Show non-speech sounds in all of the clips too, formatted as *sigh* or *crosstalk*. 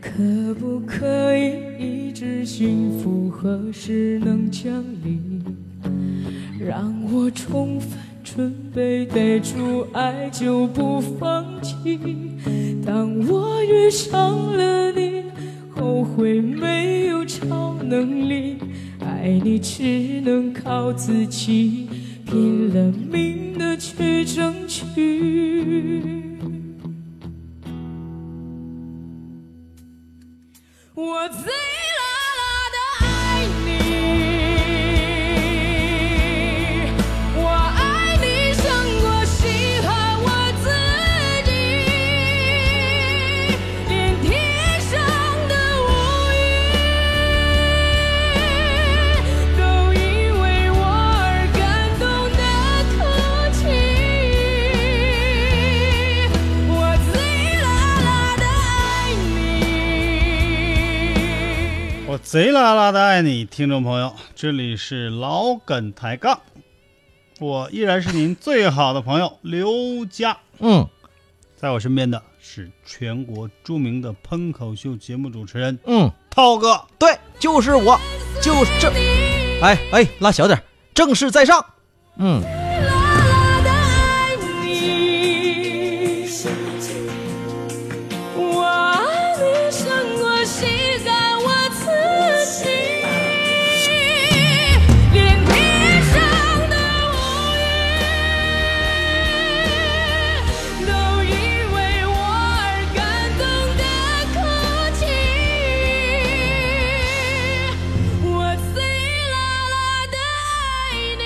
可不可以一直幸福何时能降临？让我充分准备逮住爱就不放弃。当我遇上了你，后悔没有超能力，爱你只能靠自己，拼了命的去争取。我醉啦啦的爱你，我爱你胜过喜欢我自己，连天上的乌云都因为我而感动的哭泣。我醉啦啦的爱你。我贼拉拉的爱你，听众朋友，这里是老梗抬杠，我依然是您最好的朋友刘佳，嗯在我身边的是全国著名的喷口秀节目主持人嗯，涛哥，对，就是我，就是这，哎哎，拉小点儿，正事在上，嗯，啦啦的爱你，我爱你胜过喜欢我自己，连天上的乌云都因为我而感动的哭泣。我醉啦啦的爱你。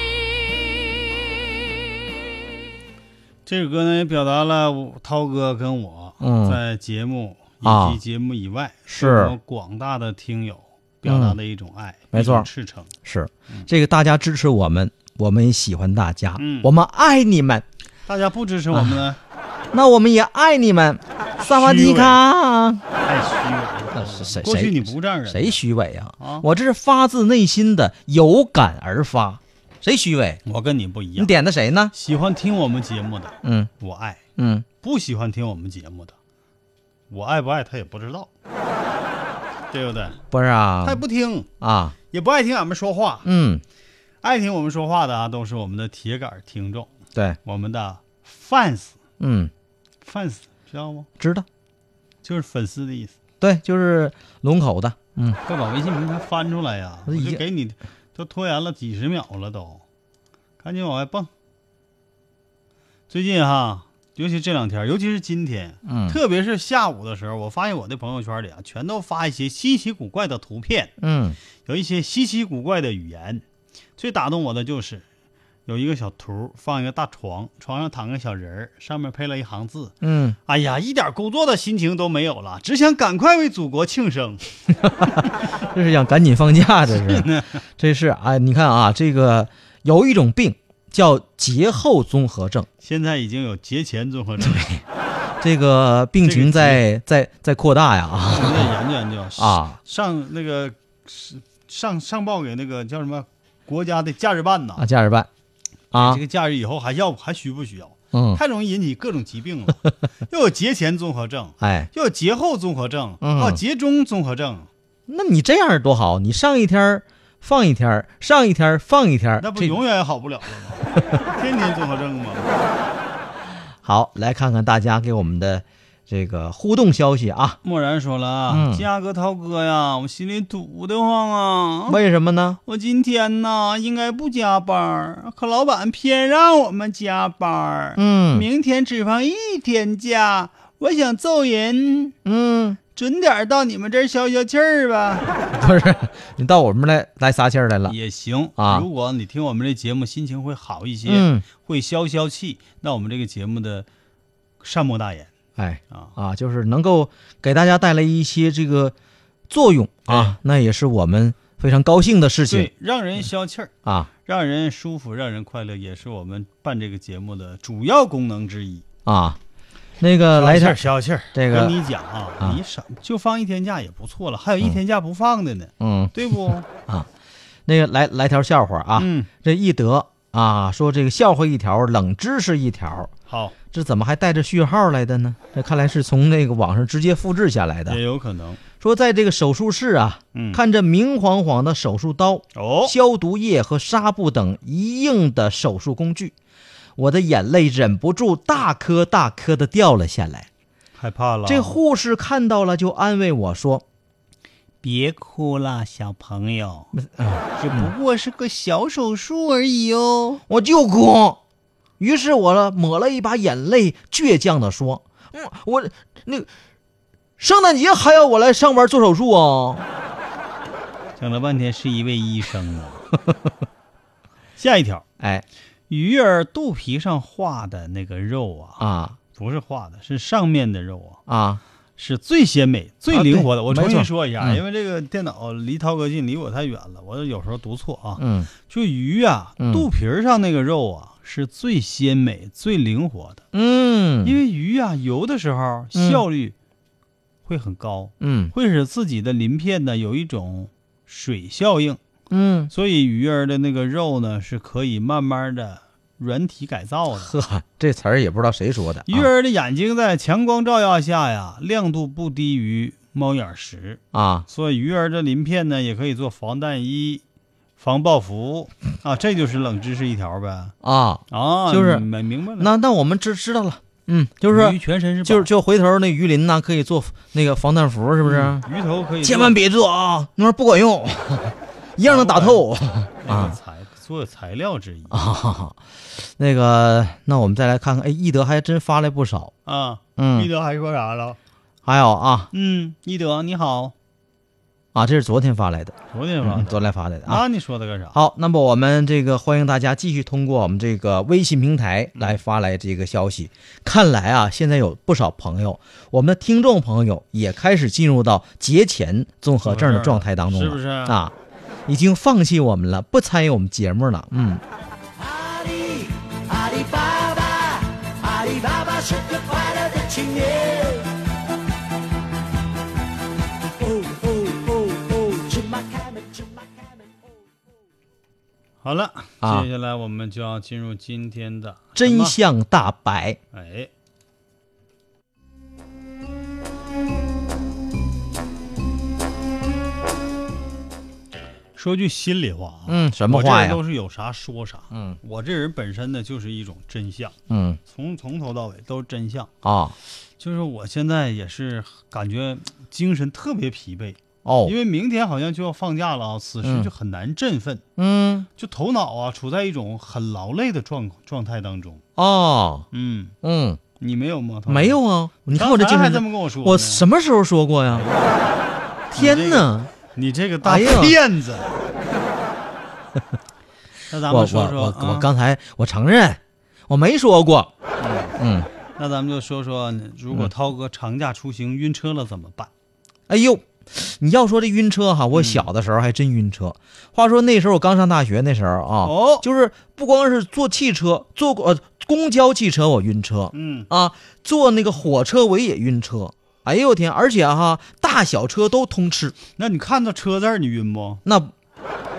这首歌呢也表达了我涛哥跟我、嗯在节目以啊及节目以外，是嗯对我们广大的听友表达的一种爱，没错一种赤诚。是嗯这个大家支持我们，我们也喜欢大家，嗯我们爱你们，大家不支持我们呢，那我们也爱你们，萨瓦迪卡。太虚伪那了。是谁？过去谁你不这样人，谁虚伪呀、啊我这是发自内心的有感而发，谁虚伪？我跟你不一你样。点的谁呢？喜欢听我们节目的，嗯我爱；嗯，不喜欢听我们节目的，我爱不爱他也不知道，对不对？不是他也啊不听，啊，也不爱听俺们说话。嗯，爱听我们说话的啊，都是我们的铁杆听众，对，我们的 fans，fans 嗯，知道吗？知道，就是粉丝的意思。对，就是龙口的，嗯，快把微信平台翻出来呀！我那已经就给你，都拖延了几十秒了都，赶紧往外蹦。最近哈，尤其这两天，尤其是今天，嗯特别是下午的时候，我发现我的朋友圈里啊，全都发一些稀奇古怪的图片，嗯有一些稀奇古怪的语言。最打动我的就是有一个小图，放一个大床，床上躺个小人儿，上面配了一行字嗯，：“哎呀，一点工作的心情都没有了，只想赶快为祖国庆生。这是想赶紧放假，*laughs* 这是，这是啊，你看啊，这个有一种病叫节后综合症，”现在已经有节前综合症了。这个病情在在在扩大呀啊我们得研究研究 *laughs* 啊上那个是上上报给那个叫什么国家的假日办呐、啊，假日办啊这，个假日以后还要还需不需要？嗯，太容易引起各种疾病 *laughs* 了，又有节前综合症，哎，又有节后综合症，嗯还有节中综合症，那你这样多好，你上一天儿放一天儿，上一天儿放一天儿，那不这嗯永远好不了了 *laughs* 吗？天天综合症吗？好，来看看大家给我们的这个互动消息啊。漠然说了啊，嗯嘉哥、涛哥呀，我心里堵得慌啊。为什么呢？我今天呐应该不加班儿，可老板偏让我们加班儿。嗯明天只放一天假，我想揍人。嗯， *laughs* 准点儿到你们这儿消消气儿吧，不是你到我们来来撒气儿来了。也行啊如果你听我们这节目，心情会好一些，嗯，会消消气，那我们这个节目的善莫大言哎啊，啊，就是能够给大家带来一些这个作用啊，那也是我们非常高兴的事情对，让人消气儿，啊让人舒服，让人快乐，也是我们办这个节目的主要功能之一。啊。那个来一消下气儿，，消气儿。这跟个你讲啊，嗯啊你少就放一天假也不错了，还有一天假不放的呢，嗯，对不？那个来来条笑话啊，嗯，这一德啊说这个笑话一条，冷知识一条，好，这怎么还带着序号来的呢？这看来是从那个网上直接复制下来也的。有可能。说在这个手术室啊，嗯，看着明晃晃的手术刀、哦，消毒液和纱布等一应的手术工具，我的眼泪忍不住大颗大颗的掉了下来。害怕了。这护士看到了就安慰我说别哭了，小朋友，只不过是个小手术而已哦。：“我就哭。”于是我抹了一把眼泪，倔强的说：“嗯，我那个圣诞节还要我来上班做手术啊整了半天是一位医生 *laughs* 啊。下一条，！”哎鱼儿肚皮上画的那个肉啊，啊不是画的，是上面的肉啊，啊，是最鲜美、最灵活的。对我重没错新说一下，啊嗯因为这个电脑离涛哥近，离我太远了，我有时候读错 *laughs* 啊。嗯就鱼啊，嗯肚皮儿上那个肉啊，是最鲜美、最灵活的，嗯，因为为鱼啊游的时候嗯效率会很高，嗯会使自己的鳞片呢有一种水效应，嗯，所以鱼儿的那个肉呢是可以慢慢的软体改造的。 *laughs* 呵，这词儿也不知道谁说的啊。鱼儿的眼睛在强光照耀下呀，亮度不低于猫眼石，啊，所以鱼儿的鳞片呢也可以做防弹衣、防爆服啊，这就是冷知识一条呗。啊，啊，就是买明白了，那那我们知知道了，嗯，就鱼是全身是就是宝就回头那鱼鳞呐，可以做那个防弹服，是不是？鱼头可以千万别别做啊，那玩意儿不管用，一样能打透啊材做材料之一啊。 *laughs* 那个，那我们再来看看，哎，易德还真发来不少，啊。一嗯，德还说啥了？还有啊嗯，一德你好，啊，这是昨天发来的，昨天吧嗯，昨天发来的啊。那你说的干啥？好，那么我们这个欢迎大家继续通过我们这个微信平台来发来这个消息。看来啊，现在有不少朋友，我们的听众朋友也开始进入到节前综合症的状态当中了，是不是啊？已经放弃我们了，不参与我们节目了。嗯，阿里阿里巴巴，阿里巴巴是个快乐的青年。哦哦哦哦，芝麻开门，芝麻开门。哦好了，啊接下来我们就要进入今天的真相大白。什么哎，说句心里话啊，嗯什么我这话人呀都是有啥说啥。嗯我这人本身呢，就是一种真相，嗯从从头到尾都是真相。啊就是我现在也是感觉精神特别疲惫，哦因为明天好像就要放假了啊，此时嗯就很难振奋，嗯就头脑啊处在一种很劳累的状状态当中。哦嗯，嗯，你没有吗？涛哥没，有啊？你你看我这精还神这症，么跟我说呢，我什么时候说过呀？天哪！你这个大哎呀骗 *laughs* 子！那咱我们说说我我我啊刚才我承认，我没说过。嗯，那咱们就说说，如果涛哥长假出行晕车了怎么办？哎呦，你要说这晕车哈，嗯我小的时候还真晕车。话说那时候我刚上大学那时候啊，哦就是不光是坐汽车，坐呃公交、汽车我晕车嗯，啊，坐那个火车我也晕车。哎呦我天！而且哈，大小车都通吃，那你看到车字儿你晕不？那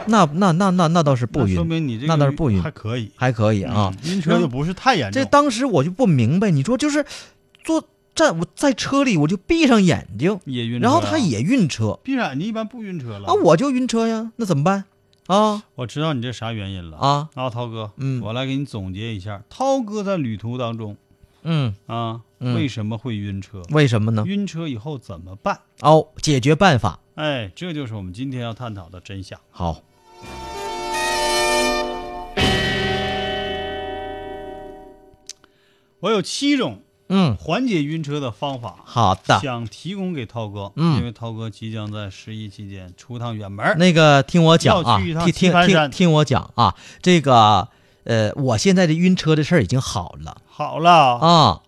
那那那那那倒是不那说晕，明你这个那倒是不晕还可以还可以啊。嗯晕车就不是太严重。这当时我就不明白，你说就是坐站我在车里，我就闭上眼睛，也晕车然啊，后他也晕车，闭上眼睛一般不晕车了啊，我就晕车呀，那怎么办？啊我知道你这啥原因了啊，啊，涛哥，嗯我来给你总结一下，涛哥在旅途当中嗯，啊，嗯为什么会晕车？为什么呢？晕车以后怎么办？哦，解决办法，哎，这就是我们今天要探讨的真相。好，我有七种嗯，缓解晕车的方法，好的。想提供给涛哥，嗯因为涛哥即将在十一期间出趟远门儿，那个听我讲要啊，去一趟听听棋盘听山听我讲啊，这个呃，我现在的晕车的事儿已经好了好了，啊，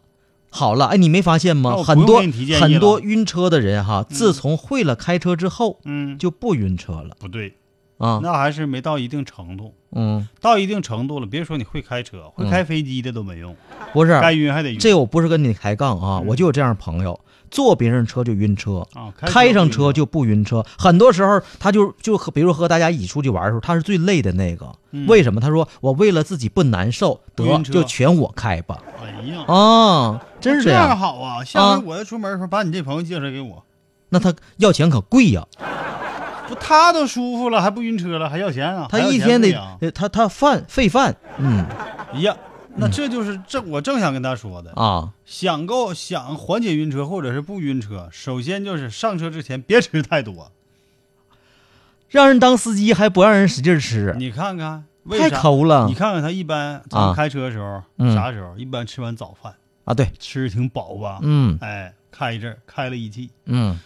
好了。哎，你没发现那吗？我很不用多给你提建议很了多晕车的人哈，自从会了开车之后嗯，就不晕车了不对，啊。那还是没到一定程度，嗯，到一定程度了，别说你会开车，会开飞机的都没用，不嗯是，该晕还得晕。这我不是跟你抬杠嗯啊，我就有这样朋友，坐别人车就晕车。啊，开上车车就不晕车，很多时候他就就和比如和大家一起出去玩的时候，他是最累的那个。嗯为什么？他说我为了自己不难受，不得晕车就全我开吧。不晕哎呀，啊，真是这样。样好啊！下啊回我要出门的时候，把你这朋友介绍给我，那他要钱可贵呀、不他都舒服了，还不晕车了，还要钱啊？他还要一钱天不得呀呃他他饭费饭，嗯哎呀，那这就是这我正想跟他说的，啊，想够想缓解晕车或者是不晕车，首先就是上车之前别吃太多。让人当司机还不让人使劲吃，你看看，为太啥抠了你看看他一般咱啊们开车的时候，嗯啥时候一般吃完早饭啊！对，吃挺饱吧？嗯哎，开一阵儿开了一季，嗯，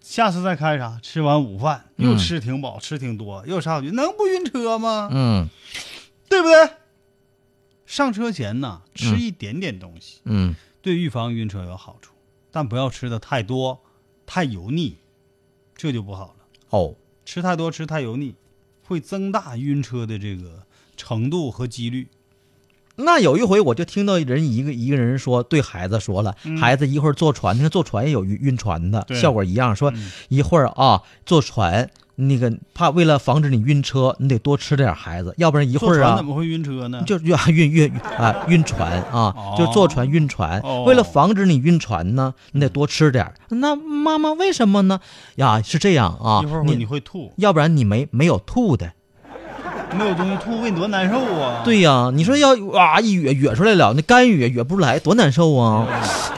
下次再开啥？吃完午饭又嗯吃挺饱，吃挺多，又上去能不晕车吗？嗯对不对？上车前呢，吃嗯一点点东西，嗯，对预防晕车有好处，但不要吃的太多、太油腻，这就不好了。哦，吃太多、吃太油腻，会增大晕车的这个程度和几率。那有一回我就听到人一个一个人说对孩子说了，孩子一会儿坐船，你看坐船也有晕晕船的嗯对嗯效果一样，说一会儿啊坐船。那个怕为了防止你晕车，你得多吃点孩子，要不然一会坐儿啊船怎么会晕车呢？就越晕越啊晕船啊，哦就坐船晕船。哦嗯为了防止你晕船呢，你得多吃点儿。那妈妈为什么呢？呀，是这样啊一会儿，会你你会吐，要不然你没没有吐的。没有东西吐，胃你多难受啊！，对呀、你说要哇一哕哕出来了，那干哕哕不出来，多难受啊！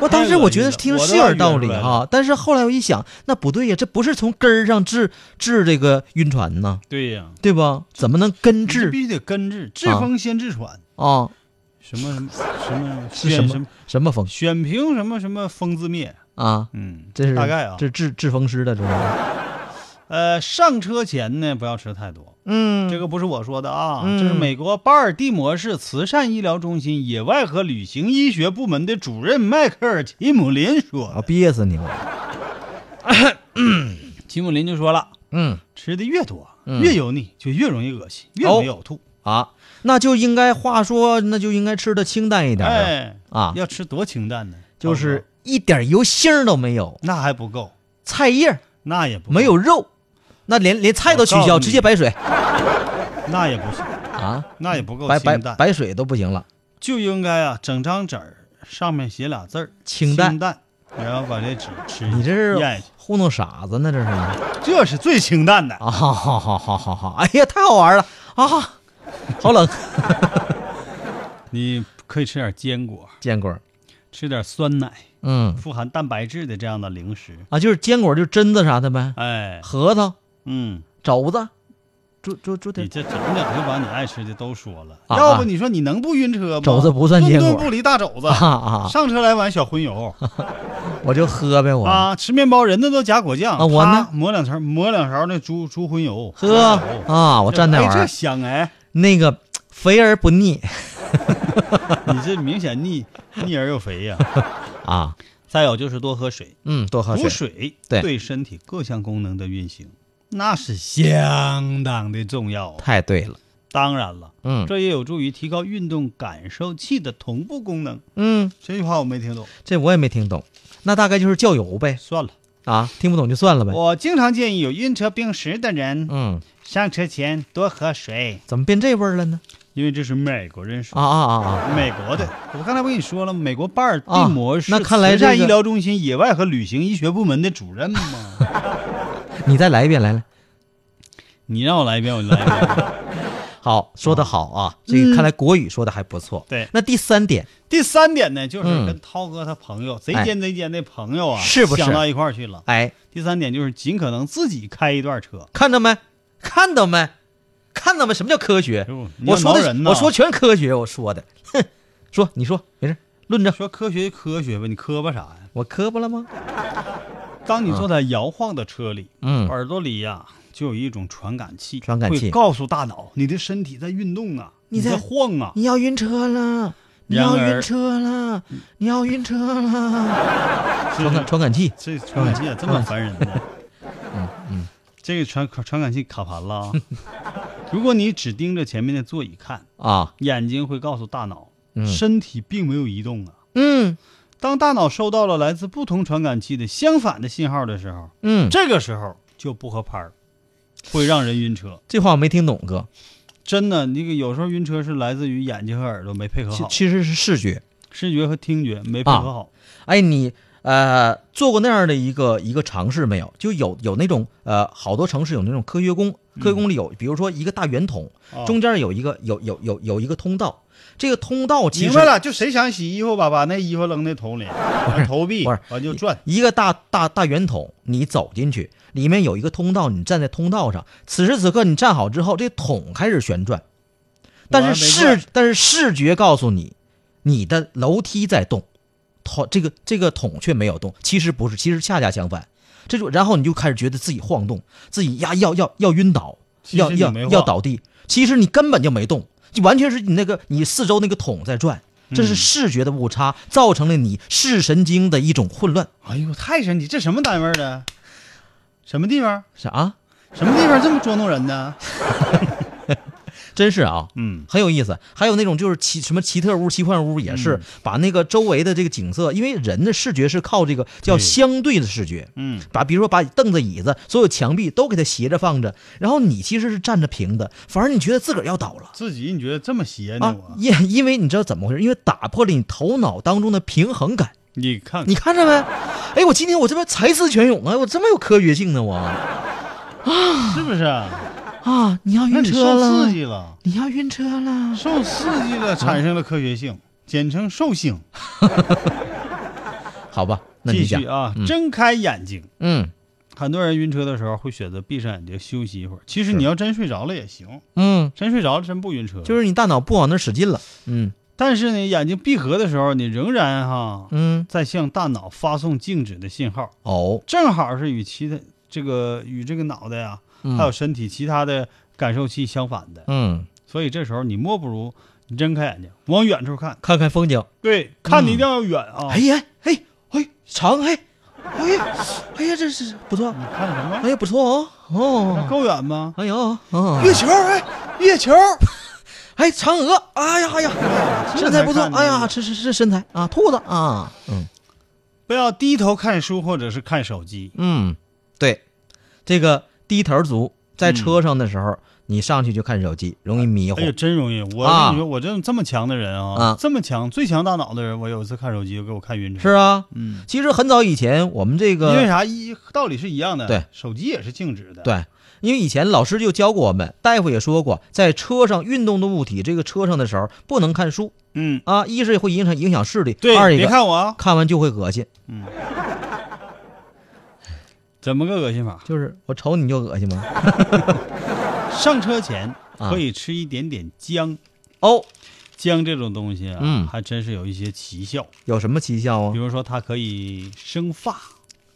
我当时我觉得听着是有点道理哎我都要哕出哈、但是后来我一想，那不对呀，这不是从根儿上治治这个晕船呢，对呀、对吧？怎么能根你这治必须得根治，治啊风先治喘，啊？什么什么什么是什选么什么风选平什么什么风自灭，啊？嗯，这是大概啊，这治治风湿的，这是呃，上车前呢不要吃太多，嗯这个不是我说的啊，嗯这是美国巴尔的摩市慈善医疗中心野外和旅行医学部门的主任迈克尔·齐姆林说啊，的。憋死你我！齐姆林就说了，嗯吃的越多、嗯越油腻，就越容易恶心，越哦没有吐。啊，那就应该话说，那就应该吃的清淡一点儿哎，啊，啊要吃多清淡呢？就是一点油腥儿都没有，那还不够，菜叶儿那也不够没有，肉，那连连菜都取我告消，诉你直接白水那也不行，啊，那也不够白白清淡，白水都不行了，就应该啊，整张纸儿上面写俩字儿清淡淡，然后把这纸吃，你这是咽下去哎糊弄傻子呢，这是啊，这是最清淡的。好好好好好好，哎呀，太好玩了啊，好 *laughs* 冷，你可以吃点坚果，坚果，吃点酸奶，嗯富含蛋白质的这样的零食。啊，就是坚果，就是榛子啥的呗，哎，核桃、嗯，肘子，猪猪猪蹄你儿，这整整就把你爱吃的都说了，啊要不你说你能不晕车吗？肘子不算坚果顿顿不离大肘子。啊啊，上车来碗小荤油我就喝呗我。啊，吃面包人那都加果酱啊我呢啪抹两勺抹两勺那猪猪荤油，喝啊，我蘸那玩意哎这儿，香哎，那个肥而不腻你这明显 *laughs* 腻腻而又肥呀。啊，再有就是多喝水，嗯，多喝补水，水对对身体各项功能的运行，那是相当的重要啊。太对了，当然了，嗯这也有助于提高运动感受器的同步功能。嗯，这句话我没听懂，这我也没听懂，那大概就是教油呗，算了。啊，听不懂就算了呗，我经常建议有晕车病史的人、嗯，上车前多喝水，怎么变这味儿了呢？因为这是美国人说。啊啊啊啊，美国的，我刚才不跟你说了吗，美国巴尔的摩市啊那看来这慈个善医疗中心野外和旅行医学部门的主任 *laughs* 吗？你再来一遍，来来，你让我来一遍，我就来一遍。好，说的好啊，这个看来国语说的还不错。对那第三点，第三点呢，就是嗯哎跟涛哥他朋友、贼尖贼尖的朋友啊，是不是想到一块儿去了？哎，第三点就是尽可能自己开一段车。看到没？看到没？看到没？什么叫科学哎呦？你要我说挠的人，呐我说全科学，我说的，哼，说你说没事，论证。说科学就科学吧，你磕巴啥呀？我磕巴了吗？当你坐在摇晃的车里，嗯耳朵里呀、就有一种传感器，传感器会告诉大脑你的身体在运动啊，你在在晃啊。你要晕车了，你然要而晕车了，你要晕车 *laughs* 了。是传感传感器，这传感器咋这么烦人呢？嗯嗯，这个传传感器卡盘了啊。如果你只盯着前面的座椅看，啊，眼睛会告诉大脑，嗯身体并没有移动啊。嗯当大脑收到了来自不同传感器的相反的信号的时候，嗯，这个时候就不合拍儿，会让人晕车。这话我没听懂，哥，真的，那个有时候晕车是来自于眼睛和耳朵没配合其好，其实是视觉。视觉和听觉没配合好。哎，你呃做过那样的一个一个尝试没有？就有有那种呃，好多城市有那种科学宫，科学宫里有，比如说一个大圆筒，嗯哦啊中间有一个有有有有一个通道，这个通道其实明白了，就谁想洗衣服吧，把那衣服扔那桶里，把投币，不是完就转。一个大大大圆筒，你走进去，里面有一个通道，你站在通道上，此时此刻你站好之后，这桶开始旋转，但是我还没视但是视觉告诉你，你的楼梯在动，桶这个这个桶却没有动，其实不是，其实恰恰相反，这就然后你就开始觉得自己晃动，自己呀要要要晕倒，其实要你要没晃要倒地，其实你根本就没动，就完全是你那个你四周那个桶在转。这是嗯视觉的误差，造成了你视神经的一种混乱。哎呦，太神奇！这什么单位的？什么地方？啥、啊？什么地方这么捉弄人呢？真是啊，嗯，很有意思。还有那种就是奇什么奇特屋、奇幻屋，也嗯是、把那个周围的这个景色，因为人的视觉是靠这个叫对相对的视觉，嗯，把比如说把凳子、椅子、所有墙壁都给它斜着放着，然后你其实是站着平的，反而你觉得自个儿要倒了。自己你觉得这么邪呢？啊我，因因为你知道怎么回事？因为打破了你头脑当中的平 *laughs* 衡感。你看你看着没？哎，我今天我这边才思泉涌啊，我这么有科学性呢，我是不是？啊！你要那晕你车受了刺，激了，你要晕车了。受刺激了，产生了科学性，简称兽性。好吧，啊那继你讲续，啊嗯，睁开眼睛。嗯很多人晕车的时候会选择闭上眼睛休息一会儿。其实是你要真睡着了也行，嗯。真睡着了真不晕车。就是你大脑不往那儿使劲了。嗯但是呢，眼睛闭合的时候，你仍然哈嗯，在向大脑发送静止的信号，哦，正好是与其他这个与这个脑袋啊，嗯还有身体其他的感受器相反的。嗯，所以这时候你莫不如你睁开眼睛往远处看，看看风景。对，看的一定要远啊。哎呀，嘿，嘿，长嘿，哎呀，哎呀，这是不错，你看什么？哎呀，不错哦，哦，够远吗？哎呦，哦，月球，哎，月球，哎，嫦娥，哎呀，哎呀，身材不这错，才看呢哎呀，这这这身材啊，兔子啊，嗯不要低头看书或者是看手机。嗯，对，这个低头族在嗯车上的时候，你上去就看手机，容易迷糊哎。呀，真容易！我啊跟你说，我这种这么强的人啊啊，这么强、最强大脑的人，我有一次看手机就给我看晕车。是，啊，嗯，其实很早以前我们这因个为啥？一道理是一样的，对，手机也是静止的，，对，因为以前老师就教过我们，大夫也说过，在车上运动的物体，这个车上的时候不能看书嗯，啊，一是会影响影响视力，对，二一别个看我啊，看完就会恶心，怎么个恶心法？就是我瞅你就恶心吗？上车前啊可以吃一点点姜，哦，姜这种东西啊，嗯还真是有一些奇效，有什么奇效啊比？如说它可以生发，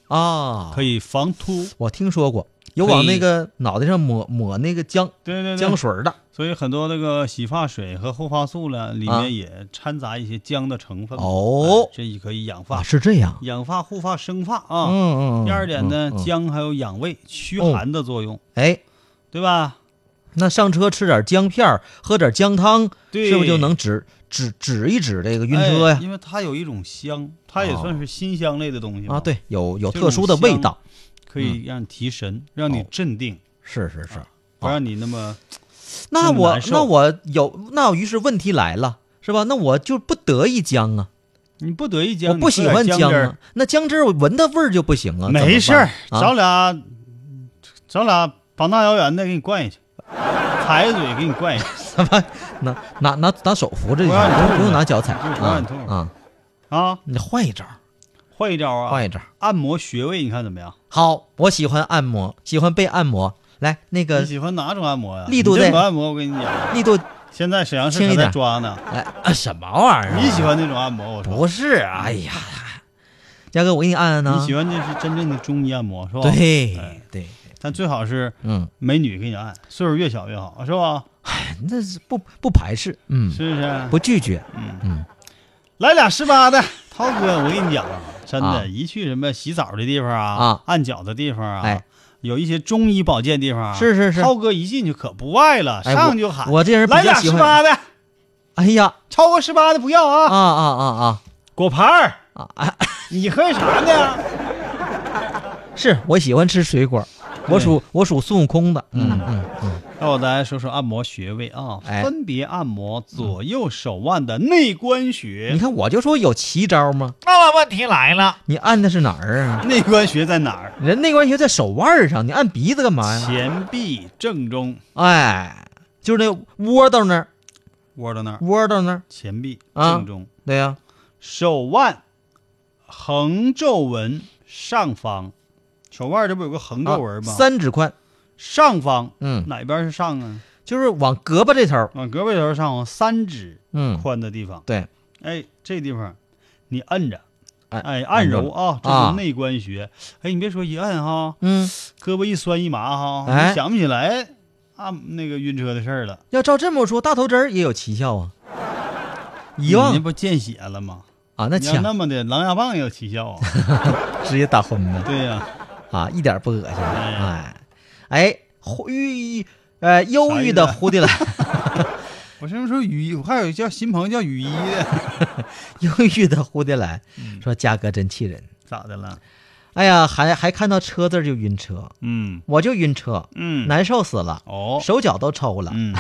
啊，可以防秃，我听说过，有可以往那个脑袋上抹抹那个姜对对对姜，水儿的，所以很多那个洗发水和护发素呢，里啊面也掺杂一些姜的成分哦哎这也可以养发啊，。是这样，养发、护发、生发嗯啊。嗯。嗯第二点呢，嗯嗯姜还有养胃、驱寒的作用，哎，对吧？那上车吃点姜片儿，喝点姜汤，对是不是就能止止止一止这个晕车呀哎？因为它有一种香，它也算是辛香类的东西嘛啊，，对，有有这种特殊的味香道。可以让你提神，让你镇定，是是是。不让你那么那么我啊难受那我有那于是问题来了，是吧？那我就不得意姜啊，你不得意我姜，不喜欢你喝点姜姜汁啊儿。，那姜汁儿我闻它味儿就不行啊。没事儿，怎么办找啊俩找俩膀大腰圆的给你灌下去，抬着嘴给你灌下去拿拿拿拿手扶着就不行，让你不用吐不用拿脚踩就是不让你啊吐啊！啊！你换一招，换一招啊换，一招。按摩穴位，你看怎么样？好，我喜欢按摩，喜欢被按摩。来，那你个喜欢哪种按摩呀？力度你这在种按摩，我跟你讲，力度现在沈阳市轻一还在点抓呢。哎啊，什么玩意儿、啊？你喜欢那种按摩？我说不是？哎呀，嘉哥，我给你按按呢。你喜哦哎欢这是真正的中医按摩是吧？，对对，但最好是嗯，美女给你按，岁数越小越好，是吧？那是不不排斥，嗯，是不是？不拒绝，来俩十八的，涛哥，我跟你讲啊，真啊的，一去什么洗澡的地方啊啊，按脚的地方啊哎，有一些中医保健地方啊，是是是涛哥一进去可不爱了，哎上就喊，我这人比来较俩喜十欢八的，哎呀，超过十八的不要啊啊，啊啊啊果盘儿，啊啊！你喝啥呢？ *laughs* 是我喜欢吃水果，我属我属孙悟空的，嗯哎嗯嗯，那我来说说按摩穴位啊，哎分别按摩左右手腕的内关嗯你穴。看我就说有奇招吗？那么问题来了，你按的是哪儿啊？内关穴在哪儿？人内关穴在手腕儿上，你按鼻子干嘛呀？前臂正中，哎，就是那窝到那儿，窝到那儿，窝到那儿，前臂啊正中，对呀、手腕横皱纹上方，手腕这不有个横皱纹吗？啊三指宽，上方，嗯，哪边是上啊？就是往胳膊这头儿，往胳膊头上方三指嗯，宽的地方，对，哎，这地方你摁着，哎哎，按揉啊，这啊是内关穴。哎，你别说一摁哈，嗯，胳膊一酸一麻哈，哎你想不起来啊那个晕车的事儿了。要照这么说，大头针儿也有奇效啊，遗忘你那不见血了吗？啊，那你要枪那么的，狼牙棒也有奇效 *laughs* 啊！直接打昏呗。对呀、啊，一点儿不恶心。哎，哎，忽郁呃忧郁啊的蝴蝶兰， *laughs* 我什么时候雨衣？我还有叫新朋友叫雨衣的，忧郁的蝴蝶兰嗯说：“嘉哥真气人，咋的了？哎呀，还还看到车字儿就晕车，嗯我就晕车，嗯，难受死了，哦，手脚都抽了，嗯，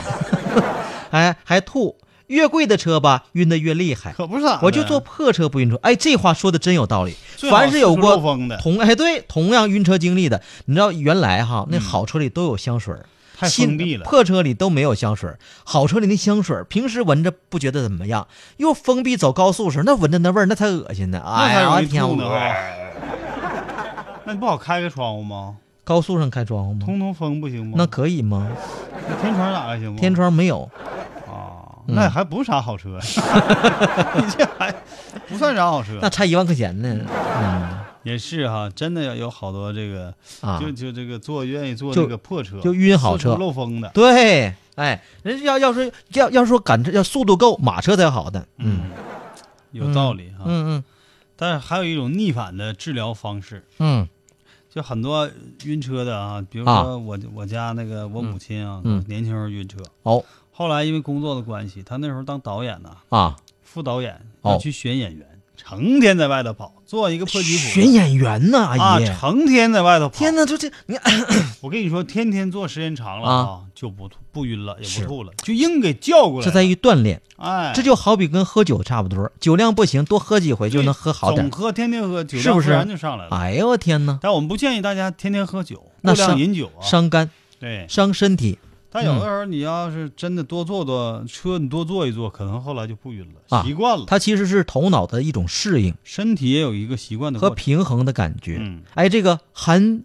哎，还吐。越贵的车吧，晕得越厉害。 *laughs* 可不是啊咋的，我就坐破车不晕车。哎，这话说的真有道理。最好凡是有四处过漏风的同哎 *laughs* 对同样晕车经历的，你知道原来哈那好车里都有香水儿，嗯太新封闭了。破车里都没有香水儿，好车里那香水儿平时闻着不觉得怎么样，又封闭走高速时候那闻着那味儿那才恶心呢。那哎才呀，容我易天吐呢哎啊！哈。 *laughs* 那你不好开个窗户吗？高速上开窗户吗？通通风不行吗？啊那可以吗？那天窗打开行吗？天窗嗯没有，啊，那还不是啥好 *laughs* 车， *laughs* 你这还不算啥好车。那差一万块钱呢。嗯也是哈，真的有有好多这个，啊，就就这个坐愿意坐就这个破车，就晕好四处车漏风的。对，哎，人家要要说要要说赶车要速度够，马车才好的。啊嗯，有道理哈。嗯但是还有一种逆反的治疗方式，嗯嗯就很多晕车的啊，比如啊说我、我家那个我母亲啊，嗯年轻时候晕车，哦后来因为工作的关系，她那时候当导演呢、啊，副导演哦要去选演员，成天在外头跑，做一个破吉普选演员呢，啊阿，姨。成天在外头跑。天哪，就这你我跟你说，天天做时间长了啊啊，就不吐不晕了，也是不吐了，就硬给叫过来了。这在于锻炼，哎，这就好比跟喝酒差不多，酒量不行，多喝几回就能喝好点总。喝天天喝，酒是量不自是然就上来了。哎呦我天哪，但我们不建议大家天天喝酒，那过量伤饮酒啊。伤肝对，伤身体但嗯有的时候你要是真的多坐坐车，你多坐一坐，可能后来就不晕了，啊习惯了。它其实是头脑的一种适应身体也有一个习惯的和过程。平衡的感觉。嗯，哎，这个韩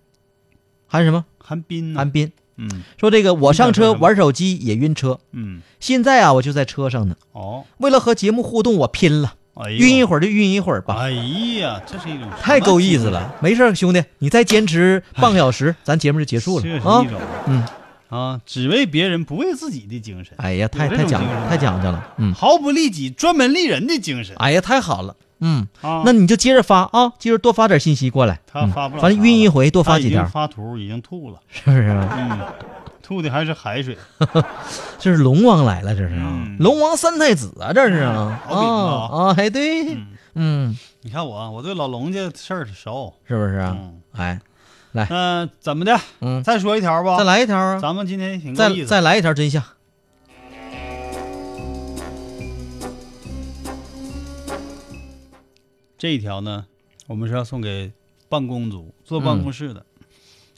韩什么韩冰呢韩？斌嗯说，这个我上你车想说什么玩手机也晕车，嗯，现在啊我就在车上呢。哦，为了和节目互动，我拼了，哎呦晕一会儿就晕一会儿吧，哎呀，这是一种什么啊太够意思了。没事儿，兄弟，你再坚持半个小时，咱节目就结束精神，了这哎是啊一。种嗯啊，只为别人不为自己的精神，哎呀，太有这太种讲精究，神太讲究了，嗯。毫不利己、专门利人的精神。哎呀，太好了，嗯，啊那你就接着发啊，接着多发点信息过来。他发不了啥嗯了，反正晕一回，多他发已几经条，发图已经吐了，是不是？嗯，吐的还是海水。这是龙王来了，这是啊嗯，龙王三太子啊，这是啊，嗯好比啊啊，哎对，嗯，你看我啊，我对老龙家事儿熟。是不是啊？嗯哎，那怎么的？嗯再说一条吧。再，来一条啊，咱们今天也挺够再意思。再来一条真相。这一条呢，我们是要送给办公族、坐办公室的，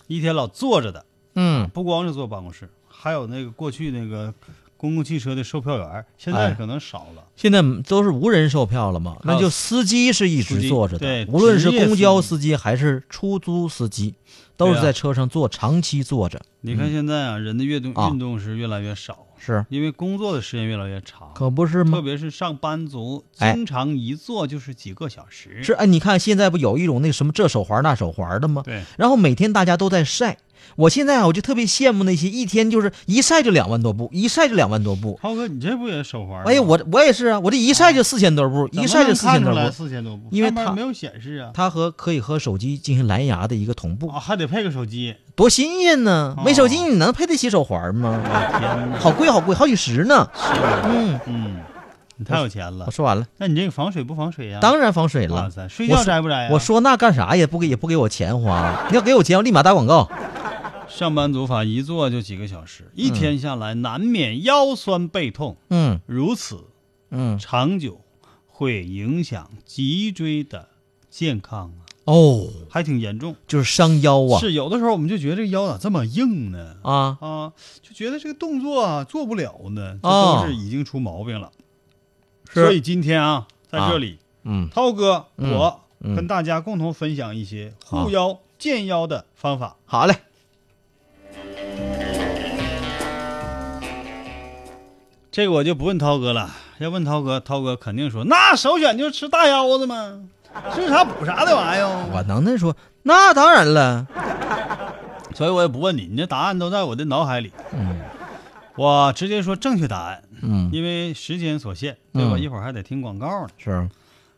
一天老坐着的，嗯，不光是坐办公室，还有那个过去那个公共汽车的售票员，现在哎可能少了。现在都是无人售票了嘛，还那有就司机是一啊司直机坐着对的，无论职是业公交司司机还是出租司机，都对是啊在车上坐，长期坐着。你看现在啊，人的运动嗯啊运动是越来越少，是，因为工作的时间越来越长，可不是特吗？别是上班族，哎经常一坐就是几个小时。是，哎，你看现在不有一种那什么这手环那手环的吗？对，然后每天大家都在晒。我现在啊，我就特别羡慕那些一天就是一晒就两万多步，一晒就两万多步。涛哥，你这不也手环吗？哎呀，我我也是啊，我这一晒就四千多步，哦怎么一晒就能四千看出多来步。四千多步，因为上面它没有显示啊，它和可以和手机进行蓝牙的一个同步，啊还得配个手机。多新鲜呢！哦没手机你能配得起手环吗？ *laughs* 天哪，好贵好贵，好几十呢。嗯，嗯，你太有钱了我。说完了，那你这个防水不防水呀？当然防水啊哇了。塞，睡我觉说摘不摘呀？我说那干啥也不给也不给我钱花，你要给我钱，我立马打广告。上班族法一坐就几个小时，一天下来难免腰酸背痛，嗯如此嗯，长久会影响脊椎的健康啊，哦，还挺严重。就是伤腰啊是有的时候我们就觉得这个腰咋这么硬呢？啊，啊，就觉得这个动作啊做不了呢，这哦都是已经出毛病了。是所以今天啊，在这里，嗯涛哥、嗯我嗯跟大家共同分享一些好护腰、健腰的方法。好嘞，这个我就不问涛哥了，要问涛哥，涛哥肯定说那首选就是吃大腰子嘛，吃啥补啥的玩意儿。我能耐说那当然了，所以我也不问你，你这答案都在我的脑海里。我直接说正确答案，嗯，因为时间所限，对吧？嗯一会儿还得听广告呢。是，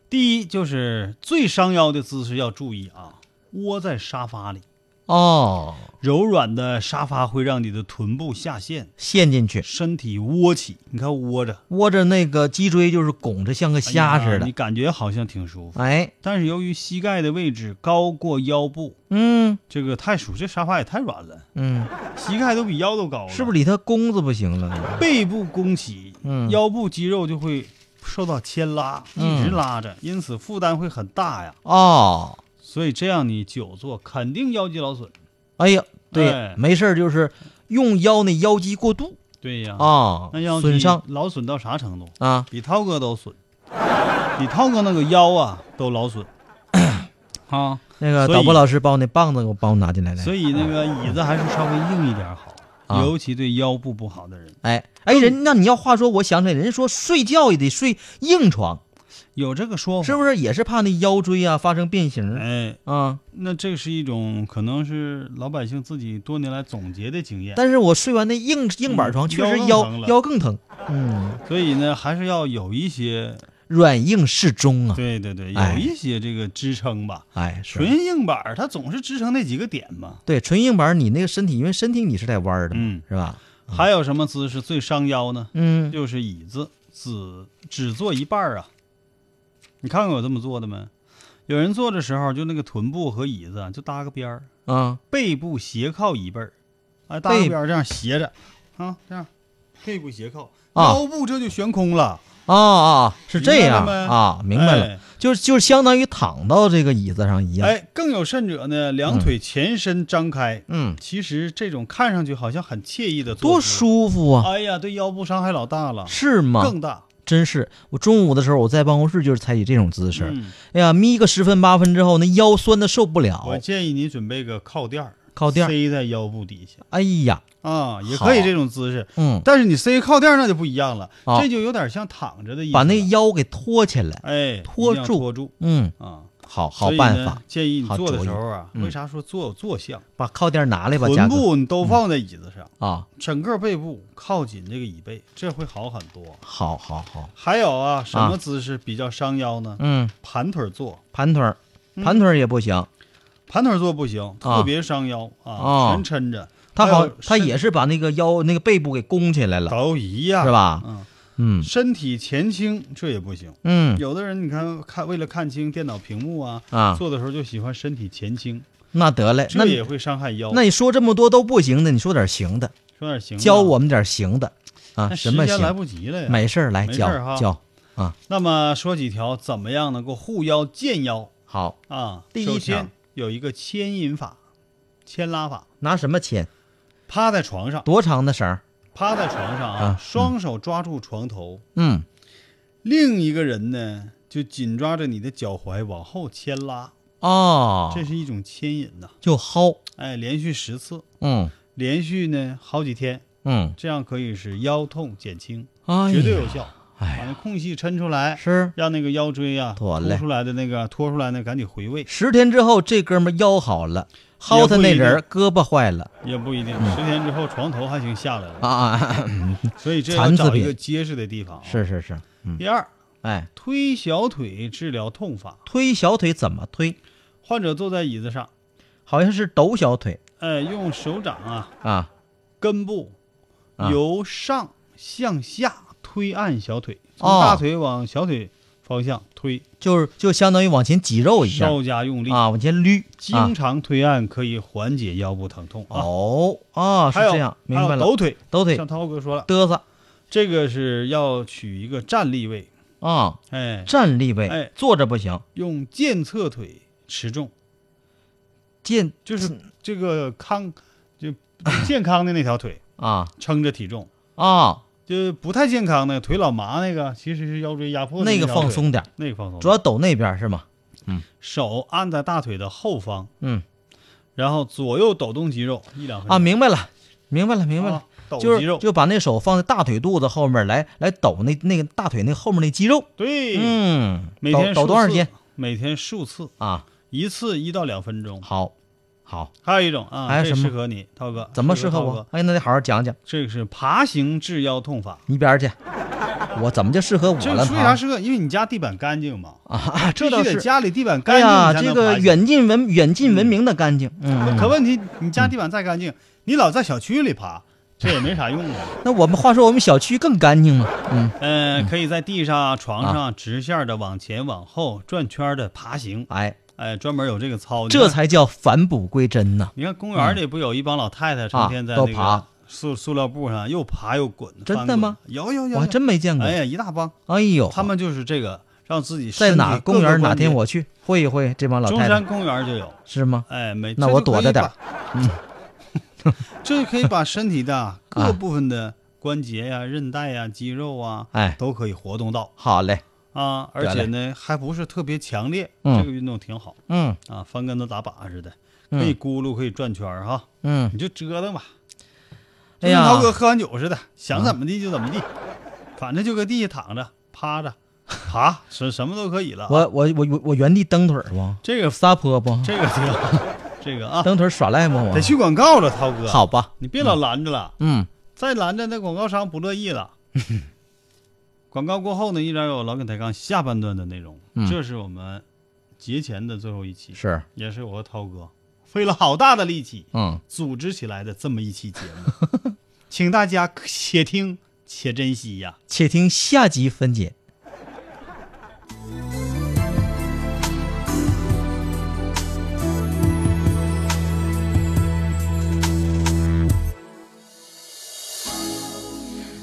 第一就是最伤腰的姿势要注意啊，窝在沙发里，哦，柔软的沙发会让你的臀部下陷，陷进去，身体窝起。你看窝着，窝着那个脊椎就是拱着，像个虾哎似呀你的。感觉好像挺舒服，哎，但是由于膝盖的位置高过腰部，嗯这个太舒，这沙发也太软了，嗯，膝盖都比腰都高了，是不是？里头弓子不行了？背部弓起，嗯腰部肌肉就会受到牵拉，一直嗯拉着，因此负担会很大呀。哦，所以这样你久坐肯定腰肌劳损。哎呀，对哎，没事儿就是用腰那腰肌过度对呀，啊那腰，肌损伤劳损到啥程度？啊，比涛哥都损，比涛哥那个腰啊都劳 *coughs* 损啊。那个所以导播老师把我那棒子给我帮我拿进来来。所以那个椅子还是稍微硬一点好，啊尤其对腰部不好的人，哎哎，人那你要话说，我想起来，人家说睡觉也得睡硬床，有这个说法是不是也是怕那腰椎啊发生变形哦哎，啊？那这是一种可能是老百姓自己多年来总结的经验，但是我睡完那硬硬板床，嗯确实腰更腰疼了腰更疼。嗯，所以呢，还是要有一些，软硬适中啊。对对对，哎有一些这个支撑吧。哎，是纯硬板儿它总是支撑那几个点嘛。对纯硬板，你那个身体，因为身体你是带弯儿的嘛，嗯是吧？还有什么姿势最伤腰呢？嗯，就是椅子只只坐一半儿啊。你看看有这么做的没？有人坐的时候，就那个臀部和椅子啊就搭个边儿，啊，背部斜靠椅背儿，哎，搭背个边儿这样斜着，啊，这样背部斜靠，啊腰部这就悬空了。哦哦，是这样明白了没啊，明白了，哎就是就是相当于躺到这个椅子上一样。哎，更有甚者呢，两腿前伸张开。嗯，其实这种看上去好像很惬意的坐多姿，舒服啊，哎呀，对腰部伤害老大了，是吗？更大。真是，我中午的时候我在办公室就是采取这种姿势，嗯哎呀，眯个十分八分之后，那腰酸的受不我了，建议你准备个靠垫儿，靠垫儿，塞在腰部底下哎呀，啊，也好可以这种姿势。嗯，但是你塞靠垫儿那就不一样了，啊这就有点像躺着的意思了。把那腰给托起来，哎托一定要住托住嗯，啊，好好所以办呢法，建议你好坐的主时意候啊，嗯为啥说坐有坐相？把靠垫拿来吧，臀家嗯哥部你都放在椅子上，啊，整个背部靠紧这个椅背，这会好很多。好好好，还有啊，什么啊姿势比较伤腰呢？嗯，盘腿坐，盘腿儿，嗯盘腿儿也不行，盘腿坐不行，特别伤腰哦啊，全抻着。他还好有，他身也是把那个腰那个背部给弓起来了，都一样，是？吧？嗯，嗯身体前倾这也不行。嗯有的人你看看为了看清电脑屏幕啊，啊，做的时候就喜欢身体前倾，那得嘞，那这也会伤害腰。那你说这么多都不行的，你说点行的，说点行吧，教我们点行的啊，那时什么间来行？不及了呀。没事儿来没事儿教哈教，那么说几条怎么样能够护腰健腰好，啊？第一条首先有一个牵引法，牵拉法，拿什么牵？趴在床上，多长的绳儿？趴在床上啊，啊嗯双手抓住床头，嗯，另一个人呢就紧抓着你的脚踝往后牵拉，哦，这是一种牵引呐、就薅，哎，连续十次，嗯连续呢好几天，嗯，这样可以使腰痛减轻，哎呀绝对有效。哎把呀，那空隙抻出来，是让那个腰椎啊妥凸嘞出来的那个拖出来的赶紧回位，十天之后这哥们儿腰好了，薅他那人儿胳膊坏了也不一定。十天之后床头还行下来了，嗯啊啊啊！啊所以这要残次找一品个结实的地方啊。是是是，嗯，第二，哎，推小腿治疗痛法，推小腿怎么推？患者坐在椅子上，好像是抖小腿哎，用手掌啊啊，根部啊由上向下推按小腿，从哦大腿往小腿方向推，就是就相当于往前挤肉一下稍加用力。啊，往前捋。啊经常推按可以缓解腰部疼痛啊。哦啊，是还有这样，明还有白了抖。腿，抖腿像涛哥说了，嘚瑟这个是要取一个站立位，啊，哎，站立位，哎坐着不行，用健侧腿持重，健就是这个康就健康的那条 *laughs* 腿啊撑着体重，啊，就是不太健康的腿老麻那个，其实是腰椎压迫的那个条腿放，松点儿，那个放松，主要抖那边儿是吗？手按在大腿的后方，嗯然后左右抖动肌肉一两分钟啊，明白了，明白了，明白了嗯啊。抖就肌是肉，就把那手放在大腿肚子后面来来抖那那个大腿那后面那肌肉，对，嗯，每抖天抖数多长次时间？每天数次，啊？一次一到两分钟。好，好，还有一种啊，还有这什么适合你，涛哥，怎么适合涛我哥？？哎，那得好好讲讲，这个是爬行治腰痛法。你一边儿去，我怎么就适合我这嗯了个为啥呢？适合？因为你家地板干净嘛，啊，这必倒须得是，家里地板哎干净，呀，你才这能个爬行。远近闻远近闻名的干净，嗯，可问题，你家地板再干净，你老在小区里爬，这也没啥用啊。那我们话说我们小区更干净了，嗯啊嗯，可以在地上、床上啊直线的往前、往后转圈的爬行，哎，哎，专门有这个操。这你看才叫返璞归真呐，你看公园里不有一帮老太太成天在啊都那个爬塑塑料布上又爬又滚，真的翻滚吗？有有有，我还有真没见过哎，呀，一大帮，哎呦，他们就是这个让自己身在体哪儿各个公园哪关天节我去会一会这帮老中太山太，公园就有，是吗？哎，没那这我就可躲以着点把儿，嗯 *laughs* 这可以把身体的各部分的关节呀、韧带呀、肌肉啊，哎，都可以活动到好嘞，啊，而得嘞且呢还不是特别强烈，嗯这个运动挺好嗯啊，翻跟头打靶似的，可以咕噜，可以转圈儿哈，嗯，你就折腾吧，就跟哎呀嗯涛哥喝完酒似的，想怎么地就怎么地，反正就搁地下躺着、趴 *laughs* 着、爬，什什么都可以了啊。我我我我我原地蹬腿儿不？这个撒泼不？这个挺好，这个啊， *laughs* 蹬腿儿耍赖不？我得去广告了，涛哥。，好吧，你别老拦着了，嗯，再拦着那广告商不乐意 *laughs* 了。广告过后呢，依然有老耿抬杠下半段的内容，嗯这是我们节前的最后一期，是，也是我和涛哥费了好大的力气嗯，组织起来的这么一期节目， *laughs* 请大家且听且珍惜呀。且听下集分解。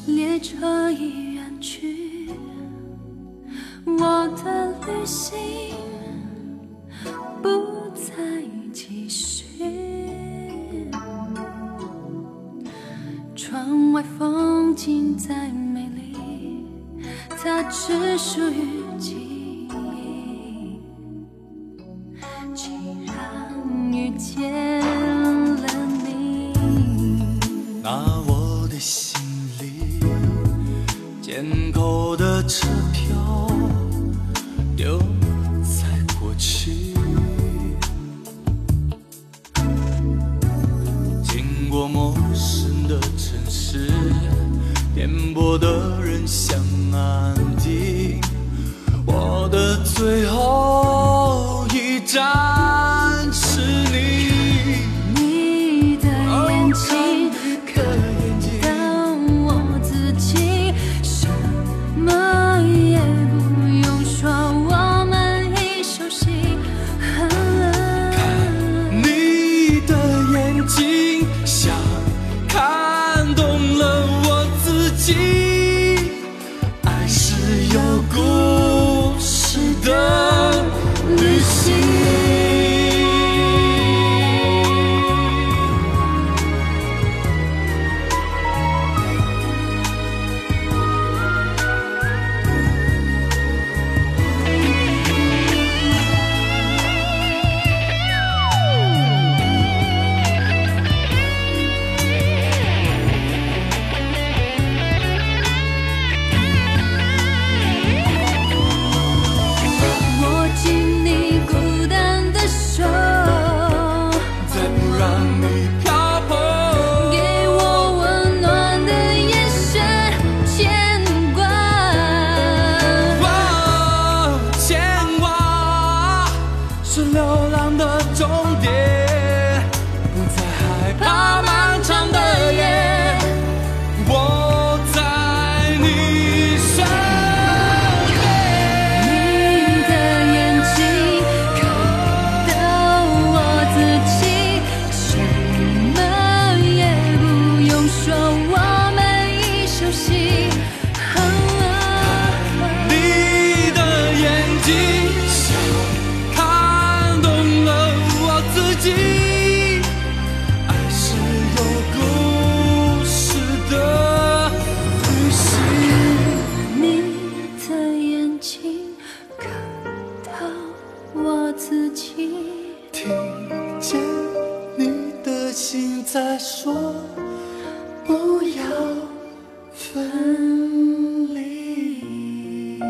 列车已远去，我的旅行不再继续。窗外风景再美丽，它只属于记忆。既然遇见了你。那我的行李，捡口的车票丢在过去。经过陌生的城市，颠簸的人像安定，自己，听见你的心在说不要分离。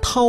涛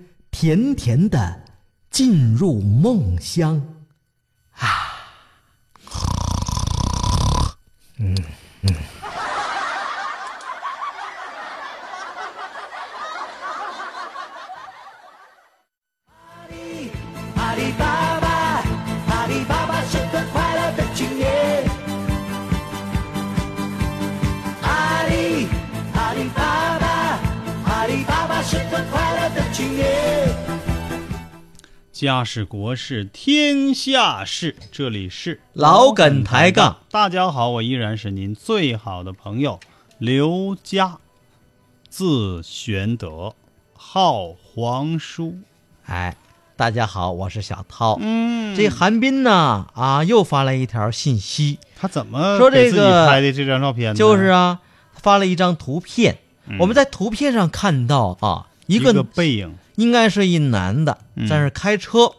甜甜的进入梦乡。啊，嗯嗯。阿里巴巴，阿里巴巴是个快乐的青年。阿里，阿里巴巴，阿里巴巴是个快乐的青年。家事国事天下事，这里是老梗抬哎杠。大家好，我依然是您最好的朋友刘佳，字玄德，号皇叔。哎，大家好，我是小涛。嗯这韩冰呢啊，又发来一条信息，他怎么说给这个自己拍的这张照片呢？就是啊，发了一张图片。嗯我们在图片上看到啊，一一个背影。应该是一男的嗯在那儿开车，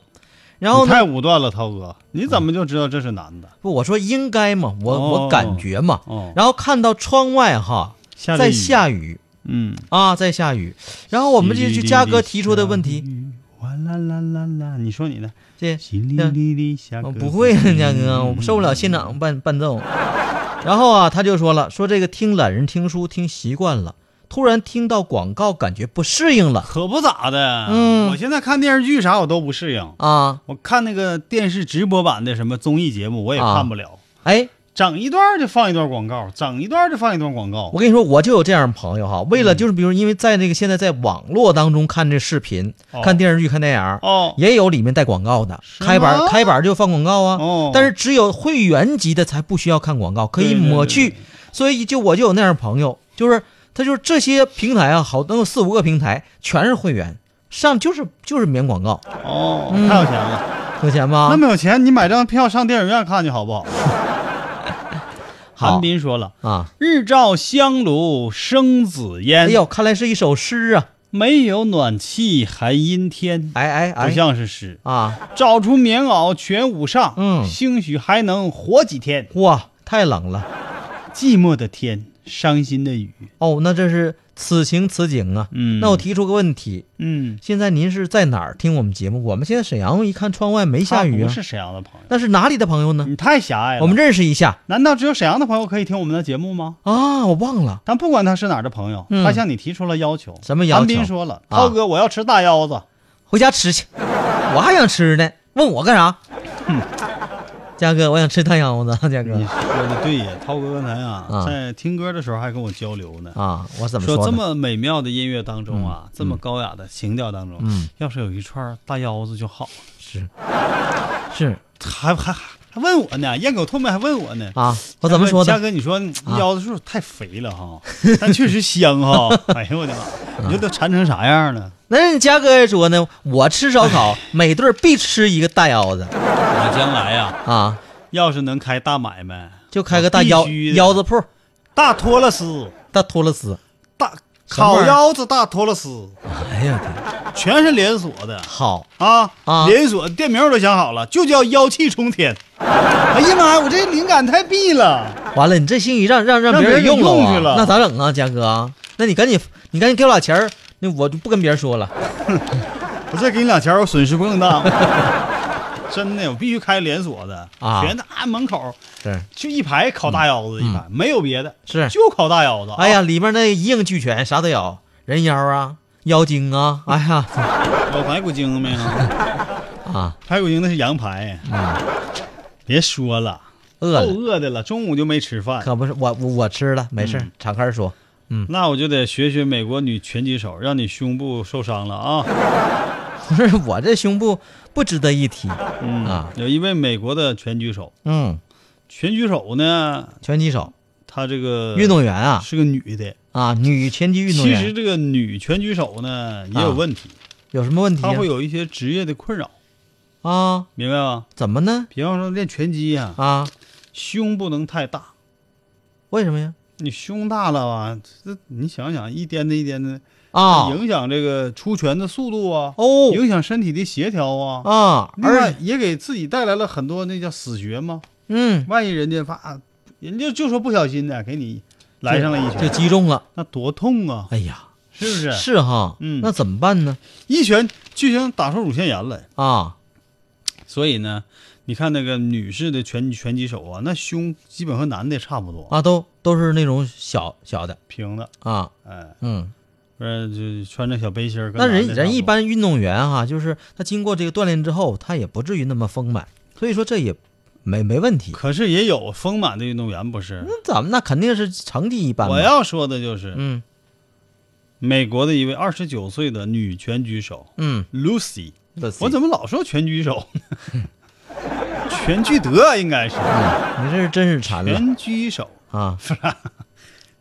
然后你呢，太武断了，涛哥，你怎么就知道这是男的？不，我说应该嘛，我、哦我感觉嘛，哦，然后看到窗外哈下着在雨下雨嗯，啊，在下雨，然后我们就淅沥就沥嘉哥沥提出的问下题，雨。哗啦啦啦啦，你说你的这淅沥沥沥下我个不会啊，雨嘉哥，我受不了现场伴伴奏。然后啊，他就说了，说这个听懒人听书听习惯了，突然听到广告感觉不适应了可不咋的。嗯我现在看电视剧啥我都不适应，啊，我看那个电视直播版的什么综艺节目我也啊看不了，哎，整一段就放一段广告，整一段就放一段广告我。跟你说，我就有这样的朋友哈，为了就是比如因为在那个现在在网络当中看这视频、哦看电视剧、看电影，哦也有里面带广告的，是吗开板开板就放广告啊。哦但是只有会员级的才不需要看广告，可以对对抹对去。对所以就我就有那样的朋友，就是他就是这些平台啊，好能有四五个平台全是会员，上就是就是免广告，哦，太有钱了。有钱吗那？么有钱，你买张票上电影院看去好 *laughs* 不好？好韩斌说了。啊，日照香炉生紫哎烟，呦，看来是一首诗啊，没有暖气还阴天，哎哎不哎像是诗。啊，找出棉袄全捂上，嗯兴许还能活几天。哇，太冷了寂寞的天，伤心的雨，哦，那这是此情此景啊。嗯那我提出个问题，嗯，现在您是在哪儿听我们节目？我们现在沈阳一看窗外没下雨他啊不，是沈阳的朋友，那是哪里的朋友 *laughs* 呢？你太狭隘了。我们认识一下难道只有沈阳的朋友可以听我们的节目吗？啊，我忘了但不管他是哪儿的朋友，嗯他向你提出了要求。什么要求韩斌说了，啊涛哥，我要吃大腰子。回家吃去，我还想吃呢，问我干啥？嘉哥，我想吃烫 *laughs* 腰子，嘉嗯你哥说的对呀，涛哥刚才啊嗯啊，在听歌的时候还跟我交流呢。啊，我怎么说的这么美妙的音乐当中啊，这么高雅的情调当中，嗯要是有一串大腰子就好了。是是还还还问我呢，咽口唾沫还问我呢。啊？我怎么说嘉的？啊哥，你说你腰子是不是太肥了哈？ *laughs* 但确实香哈！哎呦我 *laughs* 啊的妈！你说都馋成啥样了？那嘉哥也说呢，我吃烧 *laughs* 烤每顿必吃一个大腰子我将来呀、啊，要是能开大买卖，就开个大腰必须的腰子铺，大托勒斯、大托勒斯。大什么玩烤意儿腰子、大托勒斯，哎呀，我天，全是连锁的好，啊！啊连锁店名我都想好了，就叫妖气冲天。哎呀妈呀，我这灵感太必了！完了，你这信息让让让让别别人人用了用啊去了那咋整啊，嘉哥？那你赶紧，你赶紧给我俩钱儿，那我就不跟别人说了。我再给你两钱，我损失不更大吗？ *laughs* 真的，我必须开连锁的，啊全他门口是就一排烤大腰子，一排没有别的，是就烤大腰子。 *laughs* 哎呀，，里面那一应俱全，啥都有，人妖啊，妖精啊， *laughs* 哎呀有排骨精没有？ *laughs* 啊，排骨精那是羊排。别说了，嗯够饿了，饿的了，中午就没吃饭。可不是我我我吃了，没事儿嗯，敞开说， *laughs* 那我就得学学美国女拳击手，让你胸部受伤了啊！不是我这胸部不值得一提嗯啊，有一位美国的拳击手，嗯，拳击手呢，拳击手，她这个运动员啊是个女的。啊，女拳击运嗯动其实员啊这个女拳击手呢也有问题，有什么问题她啊会有一些职业的困扰，啊？明白吗？怎么呢？比方说练拳击呀、啊，胸不能太大，为什么呀？你胸大了吧，这你想想一颠的一颠的，啊影响这个出拳的速度啊，哦影响身体的协调啊，啊，另外而也给自己带来了很多那叫死穴嘛。嗯，万一人家啪，人家就说不小心的给你来上了一就拳，击中了，那多痛啊，哎呀，是不是？是哈，嗯那怎么办呢？一拳就想打出乳腺炎来。啊，所以呢，你看那个女士的拳拳击手啊，那胸基本和男的差不多，啊，都都是那种小小的平的，啊，哎，嗯，不然就穿着小背心儿跟那男的人差不多。人一般运动员哈、就是他经过这个锻炼之后，他也不至于那么丰满，所以说这也没没问题。可是也有丰满的运动员，不是？那咱们那肯定是成绩一般嘛。我要说的就是、嗯美国的一位二十九岁的女拳击手嗯， Lucy，我么怎么老说拳击 *laughs* 手呢？拳聚德应该是你这是真是馋了拳击手，啊？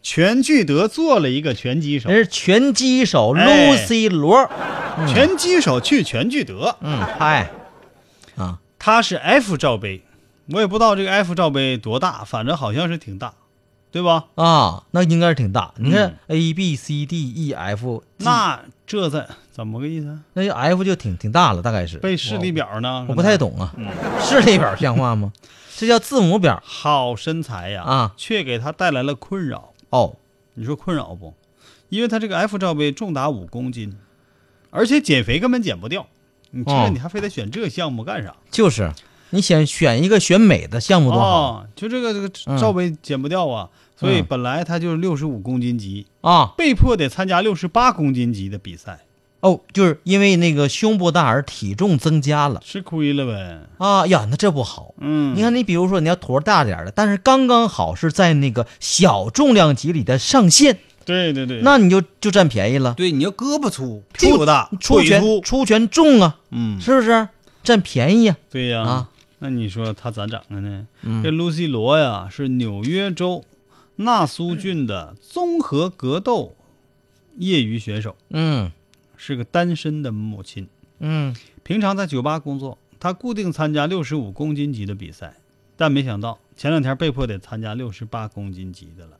全聚德做了一个拳击手人，是拳击手哎 Lucy 罗，哎拳击手去全聚德，嗯，嗨啊，它是 F 罩杯，我也不知道这个 F 罩杯多大，反正好像是挺大，对吧？啊，那应该是挺大。你看嗯 A B C D E F，G，那这在怎么个意思啊？那就 F 就挺挺大了，大概是。哦背视力表嗯呢？我不太。懂啊，视力表像话吗？这叫字母表好身材呀，啊却给他带来了困扰。哦。你说困扰不？因为他这个 F 罩杯重达五公斤，而且减肥根本减不掉。你这哦你还非得选这项目干啥？就是你选选一个选美的项目多好哦，就这个这嗯个罩杯减不掉啊，所以嗯本来他就是六十五公斤级，啊！被迫得参加六十八公斤级的比赛，哦，就是因为那个胸部大而体重增加了吃亏了呗。啊呀，那这不好。嗯，你看，你比如说你要坨大点儿的，但是刚刚好是在那个小重量级里的上限，对对对，那你就就占便宜了。对你要胳膊粗、屁股大、出腿拳粗，出拳重啊，嗯，是不是占便宜呀？对呀、啊嗯那你说他咋整的呢？这露西罗呀，是纽约州纳苏郡的综合格斗业余选手，嗯是个单身的母亲，嗯平常在酒吧工作。她固定参加六十五公斤级的比赛，但没想到前两天被迫得参加六十八公斤级的了，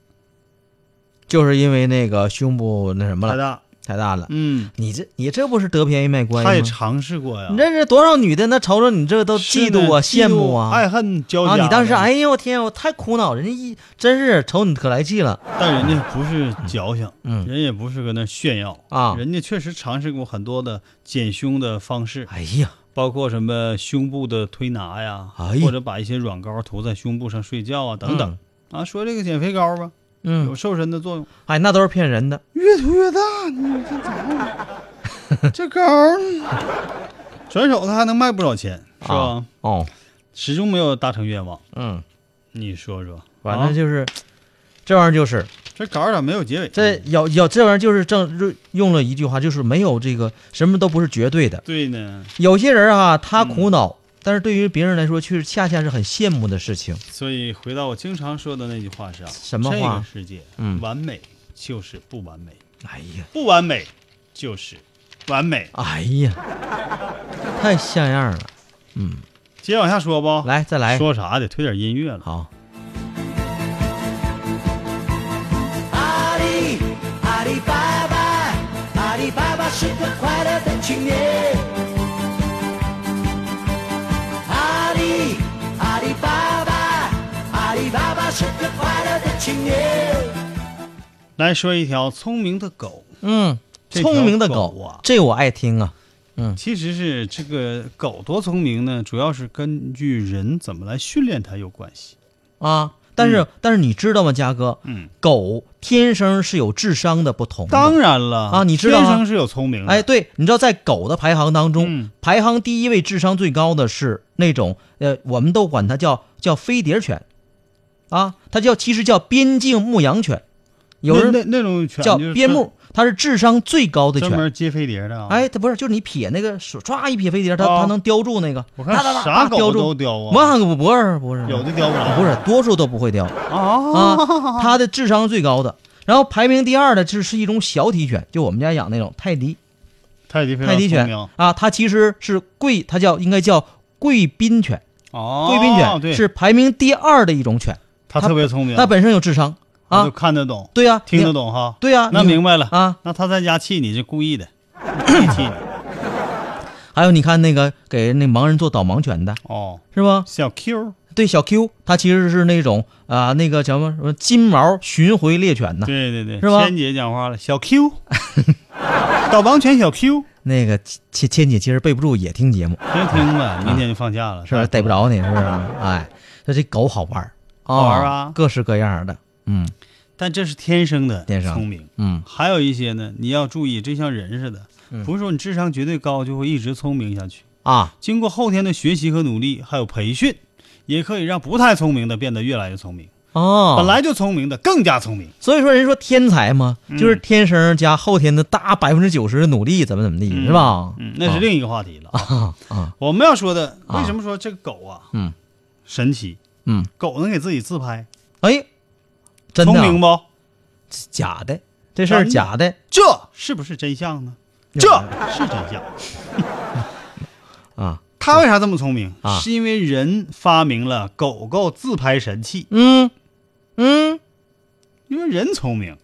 就是因为那个胸部那什么太了，大。太大了。嗯，你这你这不是得便宜卖乖吗她也？尝试过呀。你认识多少女的？那瞅瞅你这都是嫉的妒啊、羡慕啊、爱恨交加啊！的。你当时哎呦我天，我太苦恼，人家一真是瞅你可来气了但人家不是矫情，嗯人也不是搁那炫耀啊人家确实尝试过很多的减胸的方式，哎呀，包括什么胸部的推拿呀，哎呀或者把一些软膏涂在胸部上睡觉啊，等等、啊。说这个减肥膏吧，有嗯，瘦身的作用，哎，那都是骗人的，越涂越大，你这咋弄？这膏儿转手它还能卖不少钱，是吧？啊哦，始终没有达成愿望，嗯，你说说，反正啊、就是这玩意儿就是这膏儿咋没有结尾呢？这有有这玩意儿就是正用了一句话，就是没有这个什么都不是绝对的。对呢，有些人啊，他苦嗯恼，但是对于别人来说，却是恰恰是很羡慕的事情。所以回到我经常说的那句话上，什么这话个世界，嗯完美就是不完美，哎呀，不完美就是完美。哎呀，太像样了！接着往下说不？来，再来，说啥得推点音乐了。好，阿里阿里巴巴，阿里巴巴是个快乐的青年。阿里阿里巴巴，阿里巴巴是个快乐的青年。来说一条聪明的狗，嗯，这条聪明的狗狗啊这我爱听啊，嗯其实是这个狗多聪明呢，主要是根据人怎么来训练它有关系。啊。但是、但是你知道吗，嘉哥？嗯，狗天生是有智商的不同的。当然了啊你知道啊天生是有聪明的。哎，，对，你知道在狗的排行当中，嗯排行第一位智商最高的是那种呃，我们都管它叫叫飞碟犬，啊，它叫其实叫边境牧羊犬，有那人那那种犬叫就是边牧，它是智商最高的专，专犬。门接飞碟的啊。哎，它不是，就是你撇那个手，唰一撇飞碟，它、啊它能叼住那个，我看哒哒哒啥哒狗叼都住，叼啊，那个不是不是，有的叼不着啊不是，多数都不会叼啊。啊，它的智商最高的。然后排名第二的是是一种小体犬，就我们家养那种泰迪，泰迪非常泰迪聪犬明啊，它其实是贵，它叫应该叫贵宾犬。哦，贵宾对犬是排名第二的一种犬，它特别聪明，它本身有智商它就啊，看得懂，对呀、听得你，懂哈。对呀、那你明白了啊。那它在家气你是故意 *coughs* 的，故意气你还有你看那个给那盲人做导盲犬的哦。是吧？小 Q，对，小 Q 它其实是那种啊、那个叫什么什么金毛巡回猎犬 *laughs* 呢，对对对，是吧千姐讲话了，小 Q，导盲犬小 Q，那个千千姐其实背不住也听节目，先听吧，明天就放假了，啊是吧？逮不着你 *laughs* 是不是？哎，说这狗好玩儿哦好玩儿啊各式各样的，嗯但这是天生的天生聪明，嗯，还有一些呢，你要注意，这像人似的，不是说你智商绝对高就会一直聪明下去。啊，经过后天的学习和努力，还有培训，也可以让不太聪明的变得越来越聪明，哦，本来就聪明的更加聪明。所以说，人说天才嘛，嗯就是天生加后天的大百分之九十的努力，怎么怎么地，是吧？嗯，那是另一个话题了。啊、啊啊，我们要说的，啊为什么说这个狗啊，嗯，神奇，嗯，狗能给自己自拍，哎，真的聪啊明不？假的，这事儿假的，这是不是真相呢？这是真相。啊，它为啥这么聪明？啊是因为人发明了狗狗自拍神器，嗯嗯，因为人聪明，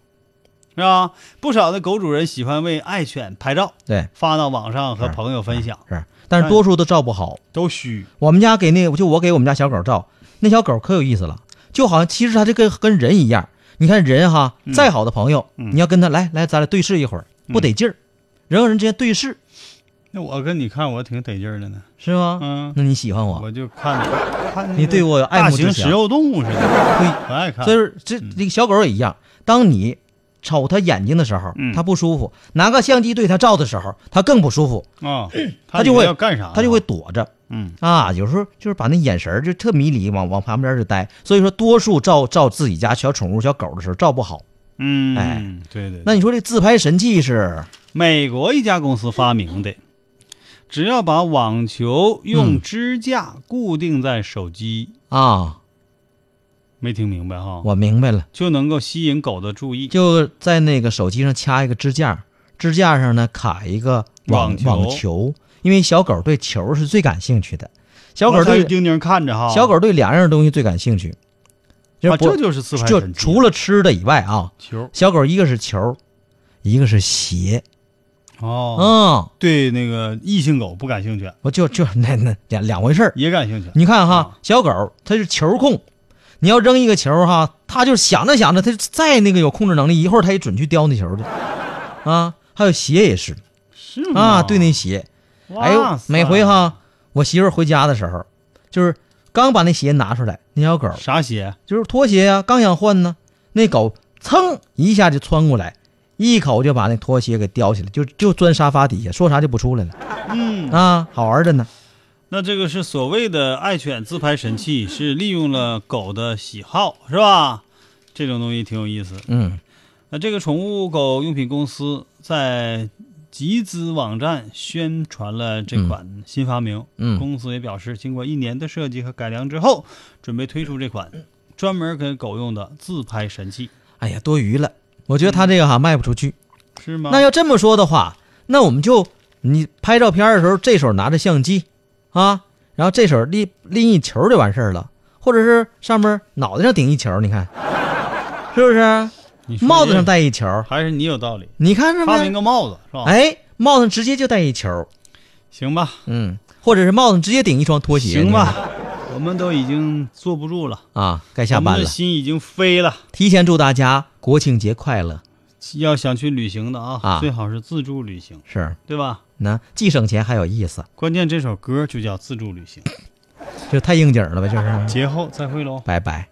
是吧？不少的狗主人喜欢为爱犬拍照，对，发到网上和朋友分享，哎是，但是多数都照不好。都虚。我们家给那，就我给我们家小狗照，那小狗可有意思了，就好像其实它这个跟人一样，你看人哈，嗯再好的朋友，你要跟他来来，咱俩对视一会儿，不得劲儿，人和人之间对视那我跟你看，我挺得劲儿的呢。是吗？嗯那你喜欢我？我就看你，看那个你对我有爱大慕之型情食肉动物似的，嘿我爱看。所以说这嗯这个小狗也一样，当你瞅它眼睛的时候，嗯它不舒服；拿个相机对它照的时候，它更不舒服，啊，它它就会要干啥？它就会，躲着。啊嗯啊，有时候就是把那眼神儿就特迷离，往往旁边儿就待。所以说，多数照照自己家小宠物、小狗的时候照不好。嗯，哎，对对。对那你说这自拍神器是美国一家公司发明的，只要把网球用支架固定在手机，啊？没听明白哈，我明白了，就能够吸引狗的注意。就在那个手机上掐一个支架，支架上呢卡一个网网球网球，因为小狗对球是最感兴趣的。小狗它对就盯盯看着哈，小狗对两样东西最感兴趣，啊，不这就是四拍就神器除了吃的以外啊，球小狗一个是球，一个是鞋，哦，嗯，对那个异性狗不感兴趣，我就就那那两两回事儿。也感兴趣。你看哈啊，小狗它是球控，你要扔一个球哈，它就想着想着，它就再那个有控制能力，一会儿它也准去叼那球去，啊，还有鞋也是是啊，对那鞋，那哎呦，每回哈，我媳妇儿回家的时候，就是刚把那鞋拿出来，那小狗啥鞋？就是拖鞋呀、刚想换呢，那狗噌一下就窜过来，一口就把那拖鞋给叼起来，就就钻沙发底下，说啥就不出来了。嗯啊，好玩着呢。那这个是所谓的爱犬自拍神器，是利用了狗的喜好，是吧？这种东西挺有意思。嗯那这个宠物狗用品公司在集资网站宣传了这款新发明。嗯公司也表示，经过一年的设计和改良之后，准备推出这款专门给狗用的自拍神器，哎呀，多嗯余了。我觉得他这个哈卖不出去。是吗？那要这么说的话，那我们就你拍照片的时候，这手拿着相机啊，然后这手拎拎一球就完事儿了，或者是上面脑袋上顶一球，你看是不是？你说帽子上这戴一球，还是你有道理，你看着发明没？个帽子是吧？，哎，帽子上直接就戴一球。行吧，嗯，或者是帽子直接顶一双拖鞋，行你看吧，我们都已经坐不住了，啊，该下我班们了的，心已经飞了。提前祝大家国庆节快乐要想去旅行的啊，啊最好是自助旅行，是，对吧？那既省钱还有意思，关键这首歌就叫自助旅行。就太应景了呗，就是。节后再会喽。拜拜。